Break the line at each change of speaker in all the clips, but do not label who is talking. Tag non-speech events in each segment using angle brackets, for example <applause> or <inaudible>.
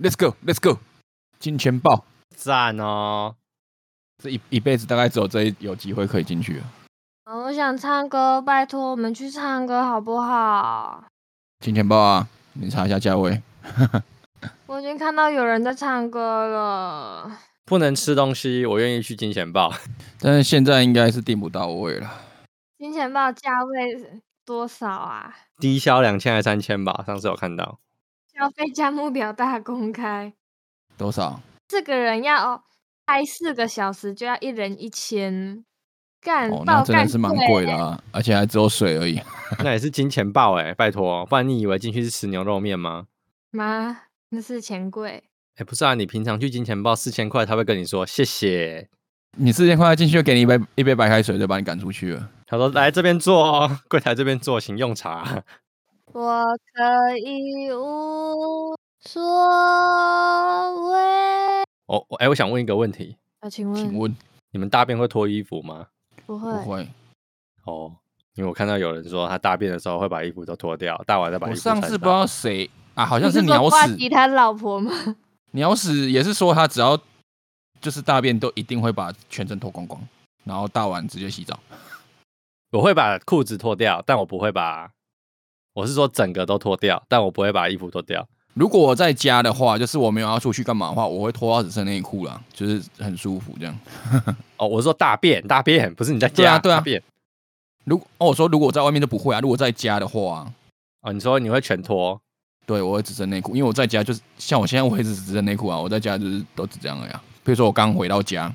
Let's go，Let's go，金钱豹，
赞哦！
这一一辈子大概只有这一有机会可以进去了。
啊我想唱歌，拜托我们去唱歌好不好？
金钱豹啊，你查一下价位。
我已经看到有人在唱歌了。
不能吃东西，我愿意去金钱豹。
但是现在应该是订不到位了，
金钱豹价位多少啊？
低消两千还三千吧，上次有看
<laughs>
到。
消费价目表大公开，
多少？
这个人要拍四个小时就要一人一千，干
哦，那
爆
真的
干
是蛮
贵
贵的啊，而且还只有水而已。
那也是金钱豹哎、拜托，不然你以为进去是吃牛肉面吗？
吗？那是钱柜。
哎、不是啊，你平常去金钱豹四千块，他会跟你说谢谢。
你四千块进去，就给你一杯一杯白开水，就把你赶出去了。
他说来这边坐哦，柜台这边坐，请用茶。
我可以无所谓。
哦，哎、我想问一个问题，
啊，请
请
问
问
你们大便会脱衣服吗？
不
不
会？
会？
哦，因为我看到有人说他大便的时候会把衣服都脱掉，大晚再把衣
我
服穿
上
上。
次不知道谁啊，好像
你是说
鸟
挂
屎
吉他老婆吗？
鸟屎也是说他只要就是大便都一定会把全身脱光光，然后大完直接洗澡。
我会把裤子脱掉，但我不会把，我是说整个都脱掉，但我不会把衣服脱掉。
如果我在家的话，就是我没有要出去干嘛的话，我会脱到只剩内裤啦，就是很舒服这样。
哦，我是说大便，大便不是你在家
对啊对啊
大便
如果哦，我说如果我在外面就不会啊，如果在家的话、
哦，你说你会全脱，
对我会只剩内裤，因为我在家就是像我现在我也是只剩内裤啊，我在家就是都只这样而已、啊。比如说我刚回到家，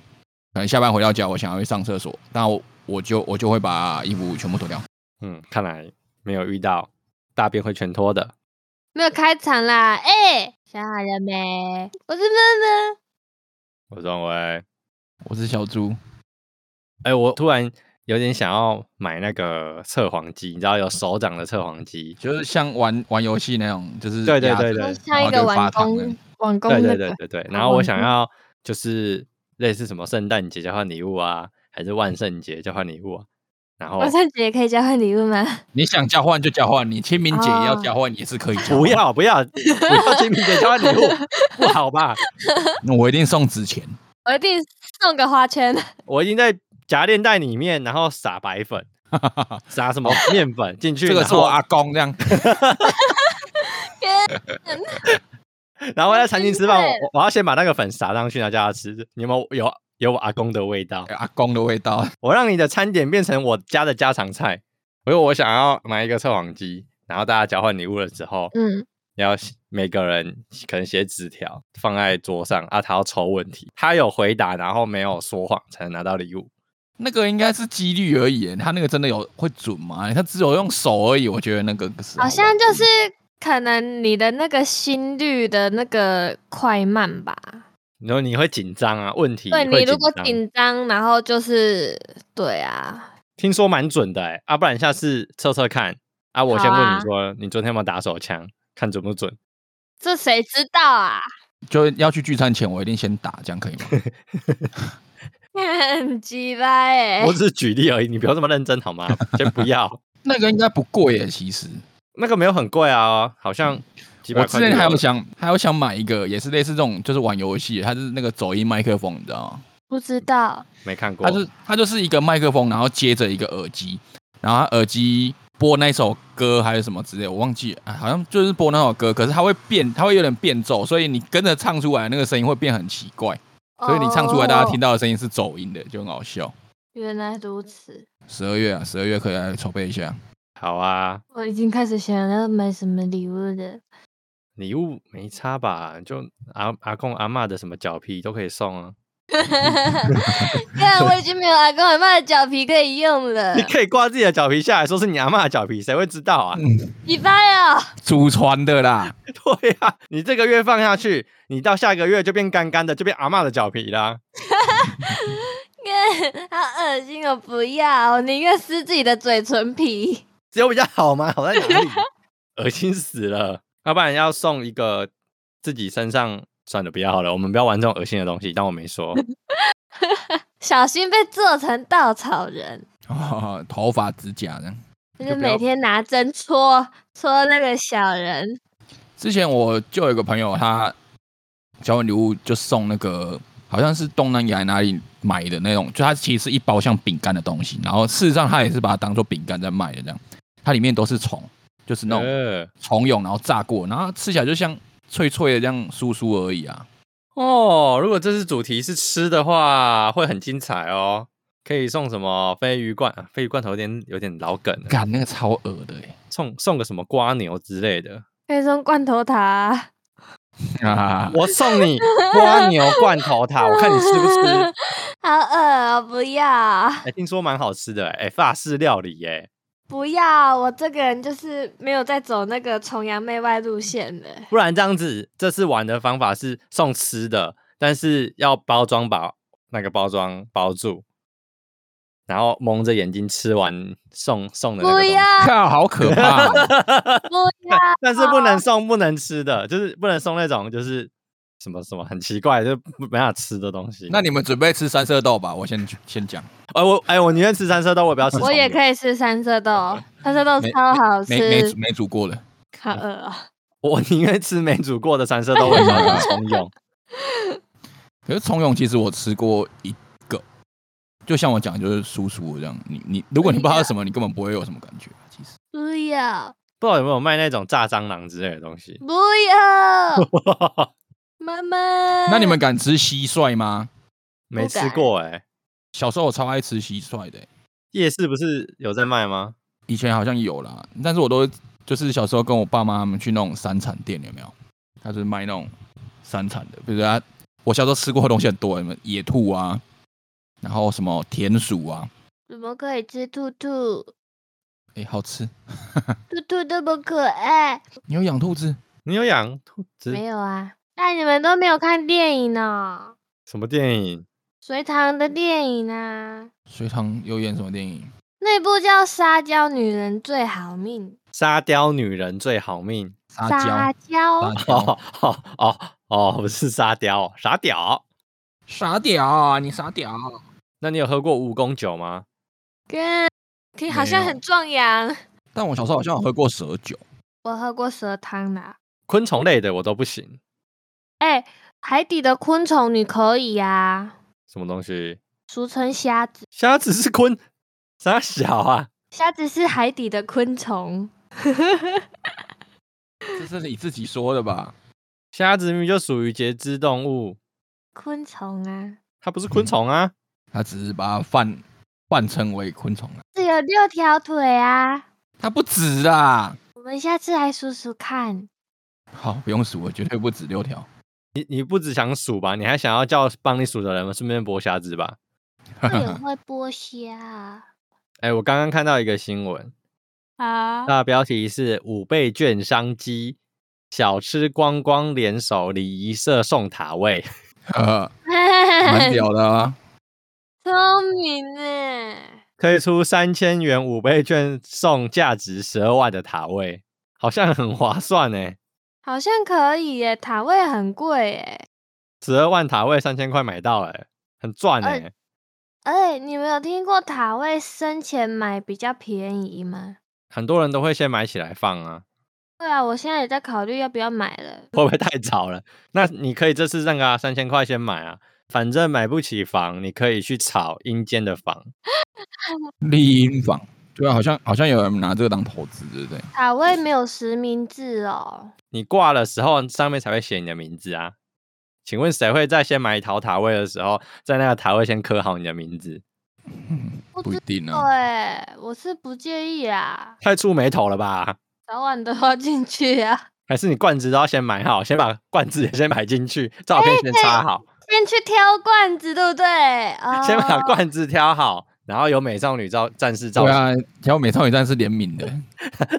可能下班回到家，我想要去上厕所，那我我就我就会把衣服全部脱掉。
嗯，看来没有遇到大便会全脱的。
没有开场啦，哎、想好了没？我是妹妹。
我认为，
我是小猪，
哎，我突然有点想要买那个测谎机，你知道有手掌的测谎机，
就是像玩玩游戏那种，就是
对对
压着
对对
就
对
像一
然
个
后就发
网
糖了
工，网工
对
那
对
个
对对对。
好
然后我
玩
想
吗
要就是类似什么圣诞节交换礼物啊，还是万圣节交换礼物啊，然后
哦
万圣节可以交换礼物吗？
你想交换就交换，你清明节也要
哦
交换也是可以交换。
啊不
<laughs>
要不要不要清明节交换礼物，不好吧？ <laughs>
那我一定送纸钱。
<laughs> 我一定送个花圈。
我已经在夹链袋里面，然后撒
<laughs>
白粉，撒什么面粉进去，
这个啊
然
是我
后
阿公这样， <laughs>
然后在餐厅吃饭，
真的
我我要先把那个粉撒上去，然后叫他吃。你有没有有有我阿公的味
<laughs>
道？
阿公的味道。
我让你的餐点变成我家的家常菜。所以我想要买一个测谎机，然后大家交换礼物的时候，
嗯，
要写每个人可能写纸条放在桌上啊，他要抽问题，他有回答，然后没有说谎才能拿到礼物。
那个应该是几率而已，他那个真的有会准吗？他只有用手而已，我觉得那个是
好像就是可能你的那个心率的那个快慢吧。
你说你会紧张啊？问
嗯
题
对
会
你如果
张
紧张，然后就是对啊，
听说蛮准的哎、啊，不然下次测测看啊。我先
好
问
啊
你说，你昨天有没有打手枪？看准不准？
这谁知道啊？ <laughs>
就要去聚餐前，我一定先打，这样可以吗？ <laughs>
很鸡巴哎
我！只是举例而已，你不要这么认真好吗？先不要，
那个应该不贵耶，其实。
那个没有很贵啊，好像
<laughs>
几百
我
块
之
就了。
前还有想，还有想买一个，也是类似这种，就是玩游戏，它是那个走音麦克风，你知道吗？
不知道，
没看
它
过，
啊就是它就是一个麦克风，然后接着一个耳机，然后它耳机播那首歌还是什么之类，我忘记了、啊，好像就是播那首歌，可是它会变，它会有点变奏，所以你跟着唱出来那个声音会变很奇怪，
哦
所以你唱出来大家听
到。
到的声音是走音的，就很好笑。
原来如此，
十二月啊，十二月可以来筹备一下。
好啊，
我已经开始想要买什么礼物了。
礼物没差吧？就阿阿公阿嬷的什么脚皮都可以送啊，
看，我已经没有阿公阿妈的脚皮可以用了
你，可以挂自己的脚皮下来，说是你阿嬷的脚皮，谁会知道啊？
嗯
你发呀！
祖传的啦，
<laughs> 对呀、啊，你这个月放下去，你到下个月就变干干的，就变阿嬷的脚皮啦。
看，好恶心哦！不要，我宁愿撕自己的嘴唇皮。
只有比较好吗？ <laughs> 好在哪里？恶心死了！要不然要送一个自己身上，算了，不要好了，我们不要玩这种恶心的东西。当我没 <laughs> 说，
小心被做成稻草人，
哦、头发指甲这样。
就
就是不要
每天拿针戳戳那个小人。
之前我就有一个朋友，他交换礼物就送那个好像是东南亚哪里买的那种，就它其实是一包像饼干的东西，然后事实上它也是把它当做饼干在卖的这样，它里面都是虫，就是那种
呃
虫蛹，然后炸过，然后吃起来就像脆脆的这样酥酥而已啊。
哦，如果这次主题是吃的话，会很精彩哦。可以送什么鲱鱼罐？啊鲱鱼罐头有点有点老梗了，
干那个超恶的欸
送送个什么瓜牛之类的。
可以送罐头塔啊，
啊！
我送你瓜牛罐头塔，我看你吃不 <laughs> 吃？
<laughs> 好饿啊、不要
哎、听说蛮好吃的、哎、法式料理耶、
不要，我这个人就是没有在走那个崇洋媚外路线的。
不然这样子，这次玩的方法是送吃的，但是要包装把那个包装包住，然后蒙着眼睛吃完送送的那个
不
东西
要，
靠，好可怕哦、
<laughs>
不要，
但是不能送不能吃的，就是不能送那种就是什么什么很奇怪就不没办法吃的东西。
那你们准备吃三色豆吧？我先先讲，
哎、我哎、我宁愿吃三色豆，我也不要吃。
我也
以，
可以吃三色豆，三色豆
没
超好
没没
吃
煮。没煮过的。
好饿
嗯
啊！
我宁愿吃没煮过的三色豆，我也不要吃葱
<laughs>
油。
可是虫蛹其实我吃过一个，就像我讲，就是酥酥的这样。你你，如果你不知道是什么，你根本不会有什么感觉。其实
<laughs> 不要，？
不知道有没有卖那种炸蟑螂之类的东西
不要，妈妈。
<laughs> 那你们敢吃蟋蟀吗？
<laughs> 没
不
吃
敢
过哎、
小时候我超爱吃蟋蟀的欸、
夜市不是有在卖吗？
以前好像有啦，但是我都就是小时候跟我爸妈他们去那种山产店，有没有？他就是卖那种山产的，比如说他我小时候吃过的东西很多，什么野兔啊，然后什么田鼠啊，
怎么可以吃兔兔？
哎、好吃。
兔兔这么可爱，
你有养兔子？
你有养兔子？
没有啊？那你们都没有看电影呢、
什么电影？
隋唐的电影啊，
隋唐有演什么电影？
那部叫《撒娇女人最好命
沙雕女人最好命。》，
撒
撒
娇，
娇
撒娇
<laughs> 哦，哦哦哦，不是沙雕，傻屌。
傻屌啊！你傻屌！
那你有喝过蜈蚣酒吗？
跟听好像
没有
很壮阳。
但我小时候好像有喝过蛇酒，
我喝过蛇汤啦，
昆虫类的我都不行。
哎、海底的昆虫你可以呀、啊，
什么东西？
俗称虾子，
虾子是昆，啥小啊？
虾子是海底的昆虫。
这是你自己说的吧？
虾子明明就属于节肢动物，
昆虫啊，
它不是昆虫 <laughs> 啊。
他只是把它泛泛称为昆虫了，啊
只有六条腿啊。
它不止啦。
我们下次来数数看，
好，不用数，我绝对不止六条。
你你不只想数吧，你还想要叫帮你数的人顺便剥虾子吧？
我也
<laughs>
会剥虾 <laughs> 啊
哎、我刚刚看到一个新闻，
啊！
大标题是“五倍券商机，小吃光光联手礼仪社送塔位
呃，蛮
<laughs>
屌的啊！
聪明呢，”，
推出三千元五倍券送价值十二万的塔位，好像很划算欸呢。
好像可以耶。塔位很贵耶，
十二万塔位三千块买到哎，很赚
呃
哎。
哎、你们有听过塔位生前买比较便宜吗？
很多人都会先买起来放啊，
对啊，我现在也在考虑要不要买了。
会不会太早了？那你可以这次那个三千块先买啊，反正买不起房，你可以去炒阴间的房。
丽音坊，对啊，好像好像有人拿这个当投资，对不对？
塔位没有实名制哦，
你挂的时候上面才会写你的名字啊。请问谁会在先买桃塔位的时候，在那个塔位先刻好你的名字？
不一定啊。
对，我是不介意啊，
太触眉头了吧？
早晚都要进去啊。
还是你罐子都要先买好，先把罐子也先买进去，照片先插好，
先去挑罐子，对不
<laughs>
对？啊、
先把罐子挑好，然后有美少女照战士照
对
片，
啊，挑美少女战士联名的，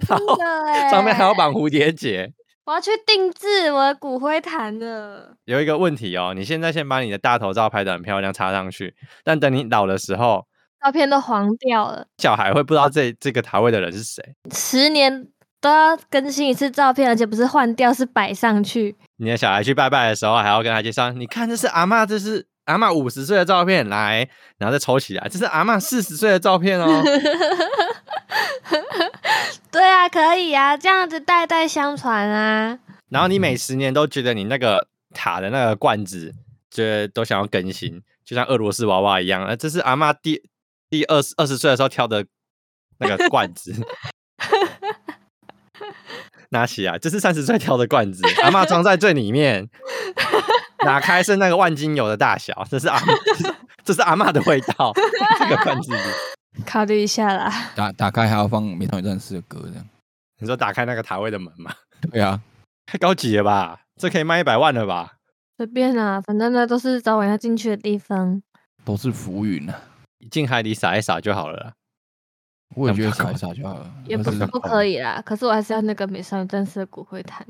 然后 <laughs> 上面还要绑蝴蝶结。
我要去定制我的骨灰坛了。
有一个问题哦，你现在先把你的大头照拍得很漂亮插上去，但等你老的时候，
照片都黄掉了，
小孩会不知道这这个塔位的人是谁，
十年都要更新一次照片，而且不是换掉，是摆上去。
你的小孩去拜拜的时候，还要跟他介绍，你看这是阿嬷，这是阿嬷五十岁的照片，来，然后再抽起来，这是阿嬷四十岁的照片哦。
对啊，可以啊，这样子代代相传啊。
然后你每十年都觉得你那个塔的那个罐子，就都想要更新，就像俄罗斯娃娃一样。呃，这是阿妈第第二十二十岁的时候挑的那个罐子，拿起来，这是三十岁挑的罐子，阿妈装在最里面，打开是那个万金油的大小，这是阿嬷这是阿妈的味道，这个罐子里。
考虑一下啦。 <laughs>
打打开还要放《美少女战士》的歌这样。
你说打开那个塔位的门吗？
对啊，
太高级了吧？这可以卖一百万了吧？
随便啦、反正呢都是早晚要进去的地方。
都是浮云啊。
进海里撒一撒就好了啦。
我也觉得傻一傻就好了。
也不是不可以啦，可是我还是要那个美少女战士的骨灰坛。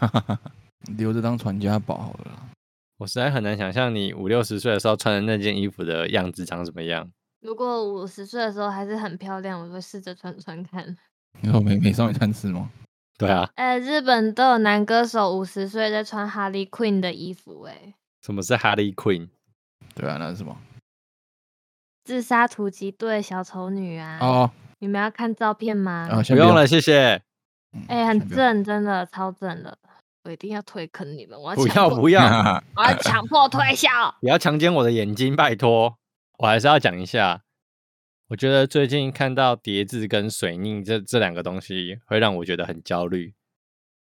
但是 <laughs> 留着当传家宝好了啦。
我实在很难想象你五六十岁的时候穿的那件衣服的样子长什么样。
如果五十岁的时候还是很漂亮，我会试着穿穿看。
你说美美少女战士吗？
对啊，
呃，日本都有男歌手五十岁在穿哈利 Queen 的衣服、欸，哎，
什么是 Harley Quinn？
对啊，那是什么？
自杀突击队小丑女啊，
哦
你们要看照片吗？
啊，
不
先
用了，，谢谢。
嗯
哎、很。
先
正，真的超正的，我一定要推坑你们，我
不
要强
要
迫
不 <laughs> 要，
我要强迫
<laughs>
推销。
不要强奸我的眼睛，拜托。我还是要讲一下，我觉得最近看到叠字跟水逆这这两个东西，会让我觉得很焦虑。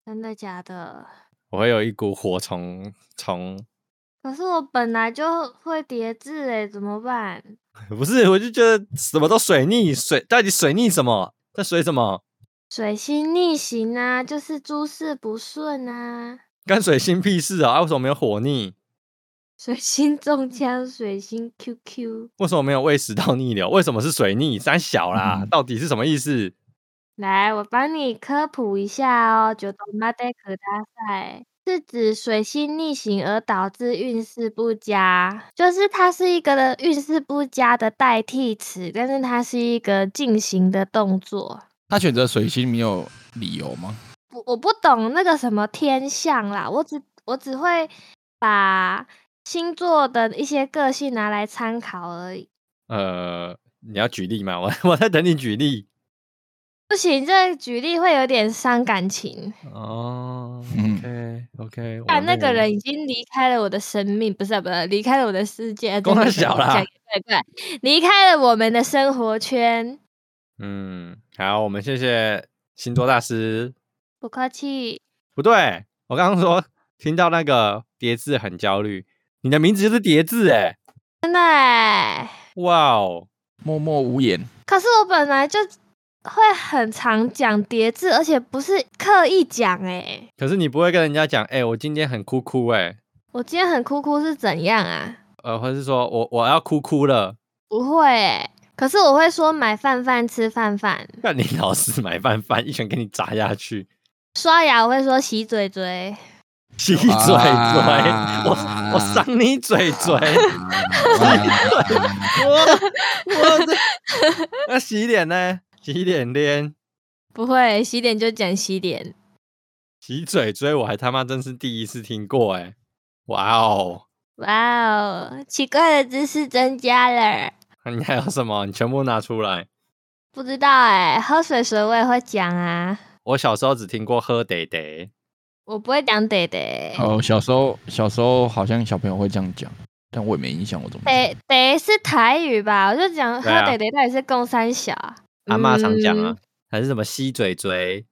真的假的？
我会有一股火从从 <laughs>
可是我本来就会叠字哎、怎么办？
不是，我就觉得什么都水逆水，到底水逆什么？在水什么？
水星逆行啊，就是诸事不顺啊。
干水星屁事啊！啊为什么没有火逆？
水星中枪，水星 QQ，
为什么没有胃食道逆流？为什么是水逆？三小啦，
嗯
到底是什么意思？
来，我帮你科普一下哦。九斗马代可大赛是指水星逆行而导致运势不佳，就是它是一个的运势不佳的代替词，但是它是一个进行的动作。
<laughs> 他选择水星没有理由吗？
我我不懂那个什么天象啦，我只我只会把星座的一些个性拿来参考而已。
呃，你要举例吗？我 <laughs> 我在等你举例
不行，这举例会有点伤感情。
哦。
嗯
OK <laughs> OK，
但啊那个人已经离开了我的生命，不是、啊、不是，离开了我的世界，啊
公
真
他
的
小
讲
啦
对对，离开了我们的生活圈。
嗯，好，我们谢谢星座大师。
不客气，
不对，我刚刚说听到那个叠字很焦虑，你的名字就是叠字哎、
真的哎。
哇哦，
默默无 <laughs> 言。
可是我本来就会很常讲叠字，而且不是刻意讲哎。
可是你不会跟人家讲，哎、我今天很哭哭哎、
我今天很哭哭是怎样啊？
呃，或是说我我要哭哭了，
不会欸，可是我会说买饭饭吃饭饭，
让你老师买饭饭一拳给你砸下去，
刷牙我会说洗嘴嘴，
洗嘴嘴，我我赏你嘴嘴，
啊
我我这那洗脸呢？洗脸脸，
不会洗脸就讲洗脸。
洗嘴嘴，我还他妈真是第一次听过哎、哇哦！
哇哦，奇怪的知识增加了，
那你还有什么？你全部拿出来。
不知道哎、喝水水我也会讲啊，
我小时候只听过喝得得，
我不会讲得得，
哦，小时候小时候好像小朋友会这样讲，但我也没印象我怎么讲。
得得是台语吧？我就讲喝
对啊
得得到底是共三小啊，
阿妈常讲
嗯
啊，还是什么吸嘴嘴，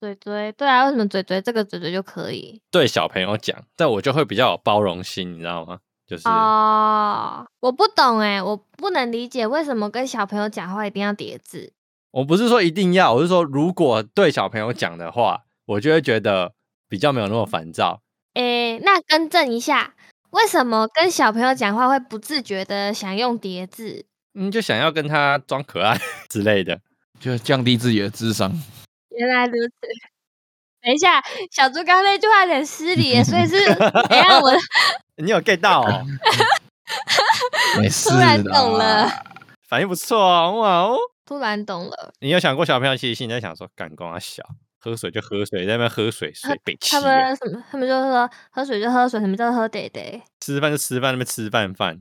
嘴嘴，对啊，为什么嘴嘴这个嘴嘴就可以？
对小朋友讲，但我就会比较有包容心，你知道吗？就是
哦，我不懂哎、我不能理解为什么跟小朋友讲话一定要叠字。
我不是说一定要，我是说如果对小朋友讲的话，我就会觉得比较没有那么烦躁。
诶，那更正一下，为什么跟小朋友讲话会不自觉的想用叠字？
嗯，就想要跟他装可爱 <laughs> 之类的。
就降低自己的智商。
原来如此。等一下，小猪刚刚那句话有点失礼耶，所
<laughs>
以是等一下我
你有 get 到、 <laughs> 哦，
<laughs> 没事
突然懂
啊
了，
反应不错哦，哇哦！
突然懂了，
你有想过小朋友其实心里在想说，干光啊小，喝水就喝水，在那边喝水水被气
他
啊，
们什么？他们就是说喝水就喝水，什么叫喝得得？
吃饭就吃饭，那边吃饭饭，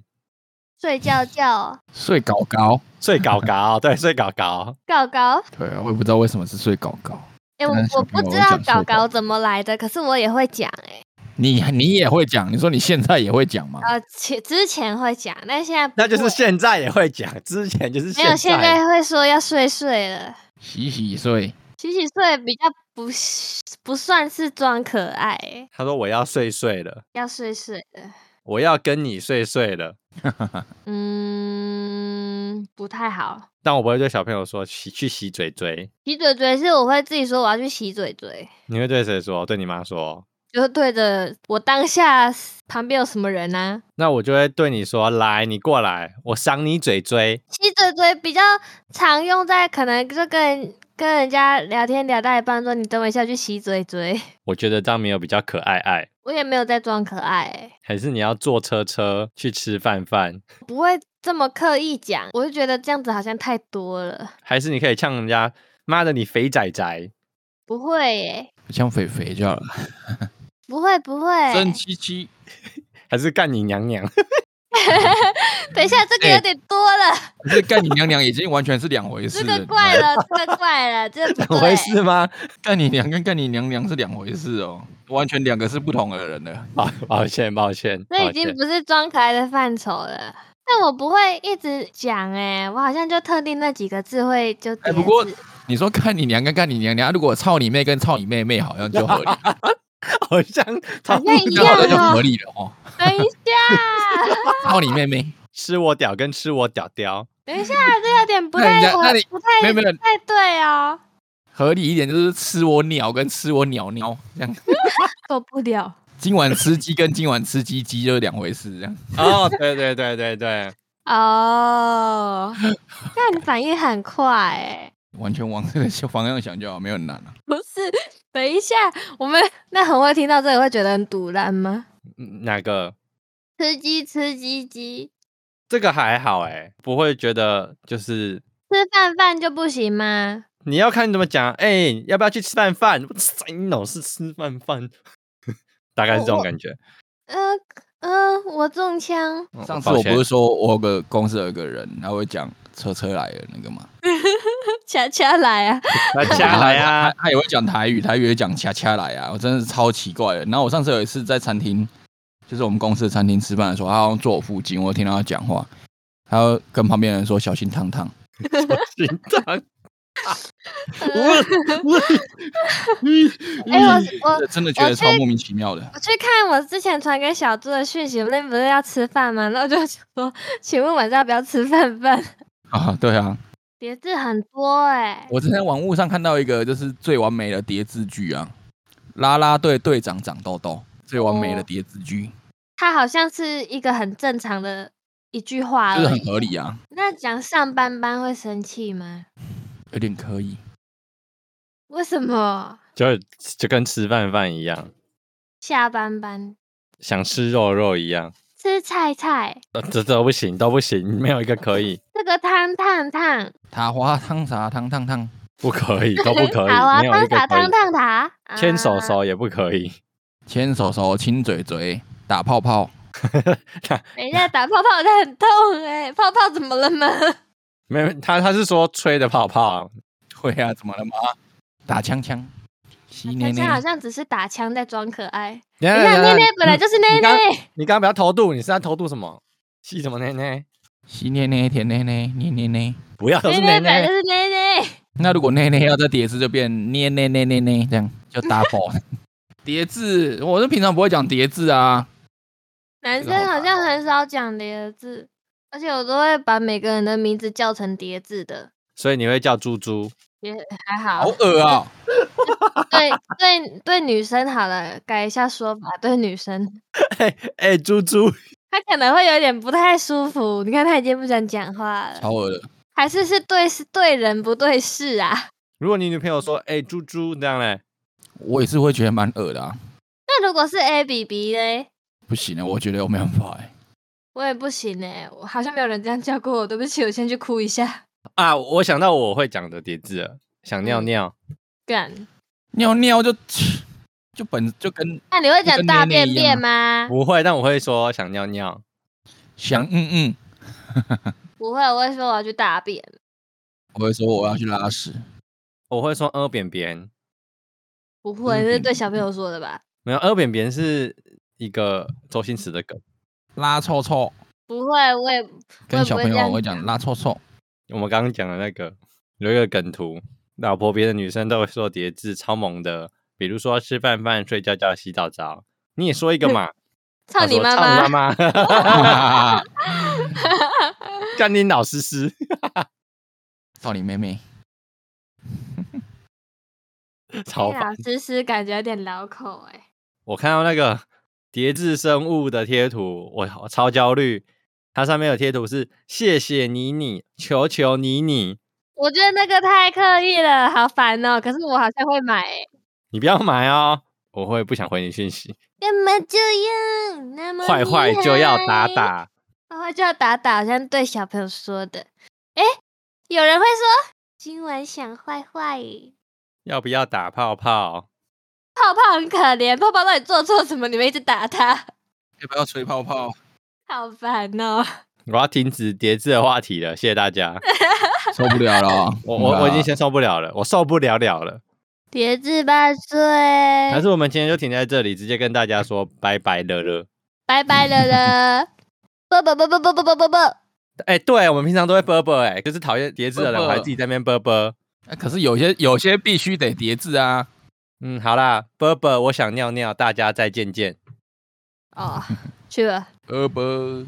睡觉觉
睡搞搞。
睡搞搞，哦对，睡搞搞。
搞搞。
对啊，我也不知道为什么是睡搞搞。
诶，我
但是小
我
朋
不
友
知
会
道
讲
搞
睡觉
搞怎么来的，可是我也会讲诶，
你你也会讲？你说你现在也会讲吗？
呃，前之前会讲，但现在不
那就是
会
现在也会讲，之前就是
没有，
现
现在会说要睡睡了。
洗洗睡，
洗洗睡比较不是不算是装可爱欸、
他说我要睡睡了，
要睡睡了。
我要跟你睡睡了，
嗯，不太好。
但我不会对小朋友说洗去洗嘴嘴。
洗嘴嘴是我会自己说我要去洗嘴嘴，
你会对谁说？对你妈说。
就是对着我当下旁边有什么人啊，
那我就会对你说：“来，你过来，我赏你嘴嘴。
洗嘴嘴比较常用在可能就跟人跟人家聊天聊到一半说你等我一下去洗嘴嘴，”
我觉得这样没有比较可爱爱，
我也没有在装可爱欸、
还是你要坐车车去吃饭饭，
不会这么刻意讲，我就觉得这样子好像太多了，
还是你可以呛人家“妈的你肥仔仔
不会耶、
像肥肥就好了，
不会不会，欸
真七七。”，
还是干你娘娘？ <laughs>
等一下，这个
哎
有点多了，
可是干你娘娘已经完全是两回事
这
了。
个怪了，这个怪了，这 <laughs>
<laughs>
个不
两回
对。
事吗？
干你娘跟干你娘娘是两回事哦，完全两个是不同的人了。
抱抱歉，抱歉，
这
抱
已经
歉。
不是装可爱的范畴了。但我不会一直讲哎、我好像就特定那几个字会就叠字。
哎不过你说干你娘跟干你娘娘，啊如果操你妹跟操你妹妹好像就合理，
<laughs>
好像
好
他
像一
这样
样
好像就合
哦。
理了哦。
等一下，
操你妹妹，
吃我屌跟吃我屌屌，
<laughs> 等一下，这有点不
那
太
人家
合
那你
不太
没有没有
不太对哦，
合理一点就是吃我鸟跟吃我鸟鸟这样。
<laughs> 受不了。
今晚吃鸡跟今晚吃鸡鸡就是两回事，这样
哦，对对对对对，
哦，但你反应很快哎、
完全往这个方向想就好，没有很难啊。
不是，等一下，我们那很会听到这里会觉得很堵然吗？
嗯哪个？
吃鸡吃鸡鸡，
这个还好哎、不会觉得就是
吃饭饭就不行吗？
你要看你怎么讲，哎、要不要去吃饭饭？ <laughs> 我塞你脑是吃饭饭， <laughs> 大概是这种
我
感觉。 <laughs>
呃嗯、呃，我中枪。
嗯
上次我不
抱
是
歉
说我有个公司有一个人，他会讲车车来了那个吗？
<laughs> 恰恰来啊！
那加来啊
他，他也会讲台语，台语也讲恰恰来啊，我真的是超奇怪的。然后我上次有一次在餐厅，就是我们公司的餐厅吃饭的时候，他好像坐我附近，我听到他讲话，他跟旁边的人说小心烫烫，
心脏。我我
<laughs> 哎、
嗯
我我
真的觉得超莫名其妙的。
我去看我之前传给小猪的讯息，那不是要吃饭吗？然后我就想说，请问晚上要不要吃饭饭？
啊，对啊，
叠字很多哎、
我之前网络上看到一个就是最完美的叠字句啊，啦啦队队长长痘痘，最完
哦
美的叠字句，
它好像是一个很正常的一句话
就是
而
很
已。
合理啊，
那讲上班班会生气吗？
有点可以。
为什么
就就跟吃饭饭一样，
下班班
想吃肉肉一样，
吃菜菜？
呃这都不行，都不行，没有一个可以，
这个汤烫烫，
塔花汤啥汤烫烫，
不可以，哦都不可
好啊，
以，没有一
汤
个可
塔汤
以，
烫塔，
牵手
啊
手也不可以。
牵手手亲嘴嘴打泡泡。
等一下，打泡泡它很痛哎、泡泡怎么了
<laughs>
吗？
没有，他他是说吹的泡泡，
<laughs> 会啊，怎么了吗？打枪枪，吸
他
捏
现
捏
在，好像只是打枪在装可爱。
等
你
一下等一
看
下
内内本来就是
你
内
你刚
内，
嗯你刚刚不要偷渡，你是在偷渡什么？吸什么奶奶？
吸捏捏，舔捏捏，捏捏捏。
不要都是奶
内内本来
奶
就。是内内。
那如果捏捏要再叠字，就变捏捏捏捏捏，这样就 double。叠 <laughs> 字，我是平常不会讲叠字啊。
男
这个好
生好像很少讲叠字，而且我都会把每个人的名字叫成叠字的，
所以你会叫猪
<laughs>
猪，
还
好
好。
恶啊、
哦
对对对，女生好了，改一下说法，对女生，
哎哎，猪猪，
她可能会有点不太舒服。你看她已经不想讲话了，
超恶的。
还是是对是对人不对事啊？ <laughs>
如果你女朋友说哎猪猪这样嘞，
我也是会觉得蛮恶的啊，
那如果是 A B B 呢？
不行啊，我觉得我没办法哎、
我也不行哎、我好像没有人这样叫过我，对不起，我先去哭一下。
啊，我想到我会讲的叠字了，想尿
嗯
尿， <laughs>
干，
尿尿就就本就跟
那你会讲
跟
大
捏捏
便
一
便
啊
样
吗？
不会，但我会说想尿尿。
想嗯嗯，
不会，我会说我要去大便。
我会说我要去拉屎，
我会说呃扁扁，
不会，
嗯
这是
嗯
对小朋友说的吧？
没有呃扁扁是一个周星驰的梗，
拉臭臭，
不会，我也
跟小朋友我
我
会讲拉臭 <laughs> 臭，
我们刚刚讲的那个有一个梗图，老婆别的女生都会说叠字，超萌的，比如说吃饭饭、睡觉觉、洗澡澡，你也
<laughs>
说一个嘛，
操
他
你
说
妈
操
妈！
你妈
<laughs>
妈，干你老师师， <laughs>
操你妹妹！
超
老 <laughs>
烦。
师师感觉有点老口哎、
我看到那个叠字生物的贴图，我好超焦虑。它上面有贴图是谢谢你你，求求你你，
我觉得那个太刻意了，好烦哦、可是我好像会买、欸。
你不要买哦，我会不想回你讯息。
干嘛这样？那么
坏坏就要打
厉害，
打，
坏坏就要打打，好像对小朋友说的。哎、有人会说今晚想坏坏耶，
要不要打泡泡？
泡泡很可怜，泡泡到底做错什么？你们一直打他， <laughs>
要不要吹泡泡？
好烦哦、
我要停止叠字的话题了，谢谢大
<laughs>
家。
受不了了！ <laughs> 嗯
我我我已经先受不了了，我受不了了了。
别自八岁，
哎
还是我们今天就停在这里，直接跟大家说拜拜了了。
拜拜了了，啵啵啵啵啵啵啵啵啵。
哎、对我们平常都会啵啵哎，就是讨厌叠字的人，
啵啵
我还自己在那边啵啵。
啊可是有些有些必须得叠字啊。
嗯，好啦，啵啵，我想尿尿，大家再见见。
哦，去了。
呃不。